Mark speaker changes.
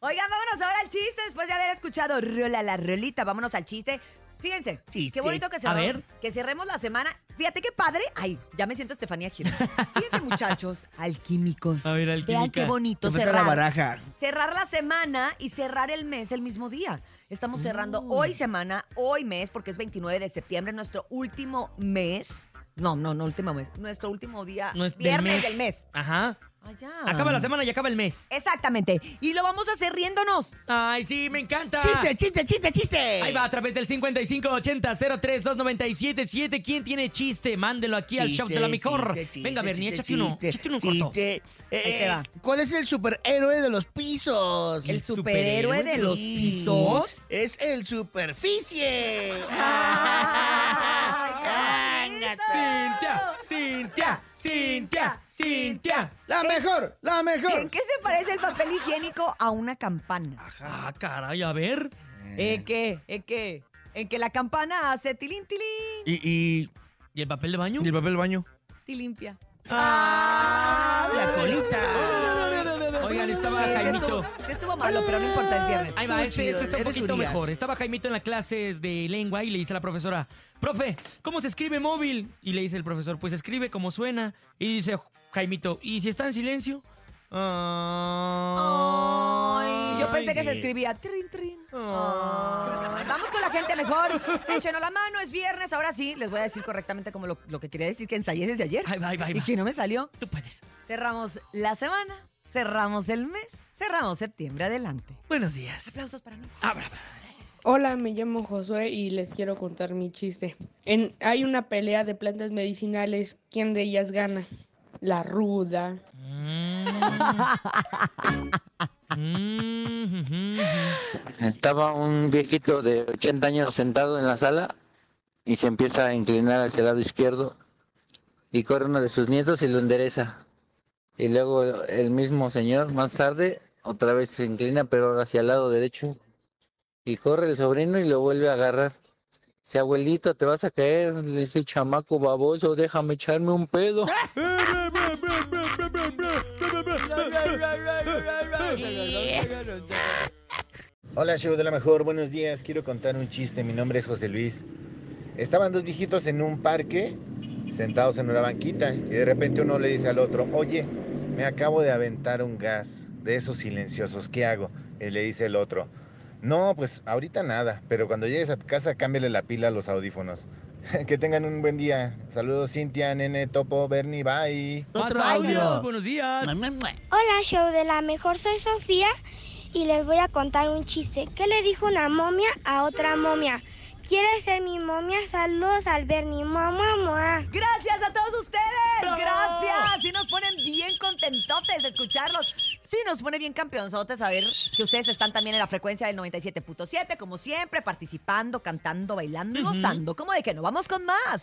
Speaker 1: Oigan, vámonos ahora al chiste después de haber escuchado Rola la Rolita. Vámonos al chiste. Fíjense,
Speaker 2: Chiste.
Speaker 1: qué bonito que,
Speaker 3: A
Speaker 1: cerramos-
Speaker 3: ver.
Speaker 1: que cerremos la semana. Fíjate qué padre. Ay, ya me siento Estefanía Gil. Fíjense, muchachos, alquímicos.
Speaker 3: A ver,
Speaker 1: Vean
Speaker 3: alquímica.
Speaker 1: qué bonito
Speaker 2: Te mete a la
Speaker 1: cerrar.
Speaker 2: baraja.
Speaker 3: Ah.
Speaker 1: Cerrar la semana y cerrar el mes el mismo día. Estamos cerrando hoy semana, hoy mes, porque es 29 de septiembre, nuestro último mes. No, no, no último mes. Nuestro último día,
Speaker 3: No es del
Speaker 1: viernes
Speaker 3: mes.
Speaker 1: del mes.
Speaker 3: Ajá.
Speaker 1: Ay, ya.
Speaker 3: Acaba la semana y acaba el mes.
Speaker 1: Exactamente. Y lo vamos a hacer riéndonos.
Speaker 3: Ay, sí, me encanta.
Speaker 2: Chiste, chiste, chiste, chiste.
Speaker 3: Ahí va a través del 5580-032977. ¿Quién tiene chiste? Mándelo aquí al show de la mejor.
Speaker 2: chiste, chiste,
Speaker 3: Venga, Bernie,
Speaker 2: chiste,
Speaker 3: échate uno.
Speaker 2: chiste,
Speaker 3: Échate uno corto.
Speaker 2: chiste. Eh,
Speaker 1: Ahí te va.
Speaker 2: ¿Cuál es el superhéroe de los pisos?
Speaker 1: El superhéroe de los
Speaker 2: Sí,
Speaker 1: pisos.
Speaker 2: Es el superficie.
Speaker 1: Ay, qué bonito.
Speaker 3: Cintia, Cintia, Cintia, Cintia.
Speaker 2: La mejor, la
Speaker 1: ¿En
Speaker 2: mejor.
Speaker 1: qué se parece el papel higiénico a una campana?
Speaker 3: Ah, caray, a ver.
Speaker 1: ¿En qué? ¿En qué? En que la campana hace tilín, tilín,
Speaker 2: Y, y,
Speaker 3: ¿Y el papel de baño?
Speaker 2: y el papel del baño.
Speaker 1: y limpia.
Speaker 3: Ah,
Speaker 2: La colita.
Speaker 3: Oigan, estaba
Speaker 1: Sí, sí
Speaker 3: Jaimito.
Speaker 1: estuvo- sí estuvo malo, pero no importa, es viernes.
Speaker 3: Ahí va,
Speaker 2: Estuvo
Speaker 3: este,
Speaker 2: chido,
Speaker 3: este está un
Speaker 2: eres
Speaker 3: poquito
Speaker 2: Urias.
Speaker 3: mejor. Estaba Jaimito en las clases de lengua y le dice a la profesora, profe, ¿cómo se escribe móvil? Y le dice el profesor, pues escribe como suena. Y dice Jaimito, ¿y si está en silencio? Ay,
Speaker 1: Ay, yo pensé que
Speaker 2: sí.
Speaker 1: se escribía trin, trin.
Speaker 3: Ay.
Speaker 1: Ay, Vamos con la gente mejor. Échenos la mano, es viernes. Ahora sí, les voy a decir correctamente como lo, lo que quería decir que ensayé desde ayer.
Speaker 3: Ahí va, ahí va, ahí
Speaker 1: Y
Speaker 3: va.
Speaker 1: que no me salió.
Speaker 3: Tú puedes.
Speaker 1: Cerramos la semana, cerramos el mes, cerramos septiembre adelante.
Speaker 3: Buenos días.
Speaker 1: Aplausos para mí.
Speaker 3: Abra, abra.
Speaker 4: Hola, me llamo Josué y les quiero contar mi chiste. En, hay una pelea de plantas medicinales. ¿Quién de ellas gana? La ruda.
Speaker 3: Mm. Mm, mm, mm.
Speaker 5: Estaba un viejito de 80 años sentado en la sala y se empieza a inclinar hacia el lado izquierdo y corre uno de sus nietos y lo endereza. Y luego el mismo señor más tarde otra vez se inclina pero ahora hacia el lado derecho y corre el sobrino y lo vuelve a agarrar. Dice, abuelito, te vas a caer, le dice el chamaco baboso, déjame echarme un pedo.
Speaker 6: Hola, show de la mejor, buenos días. Quiero contar un chiste. Mi nombre es José Luis. Estaban dos viejitos en un parque, sentados en una banquita, y de repente uno le dice al otro, oye, me acabo de aventar un gas de esos silenciosos, ¿qué hago? Y le dice el otro, no, pues ahorita nada, pero cuando llegues a tu casa cámbiale la pila a los audífonos. que tengan un buen día. Saludos Cintia, Nene, Topo, Bernie, bye.
Speaker 2: Otro
Speaker 3: Más
Speaker 2: audio.
Speaker 3: Buenos días.
Speaker 7: Hola, show de la mejor, soy Sofía y les voy a contar un chiste. ¿Qué le dijo una momia a otra momia? ¿Quieres ser mi momia? Saludos al Bernie, mamá, mamá.
Speaker 1: Gracias a todos ustedes. Gracias. Sí nos ponen bien contentotes de escucharlos. Sí nos pone bien campeonzotes saber que ustedes están también en la frecuencia del 97.7, como siempre, participando, cantando, bailando y
Speaker 3: Ujú.
Speaker 1: gozando. ¿Cómo de que no? Vamos con más.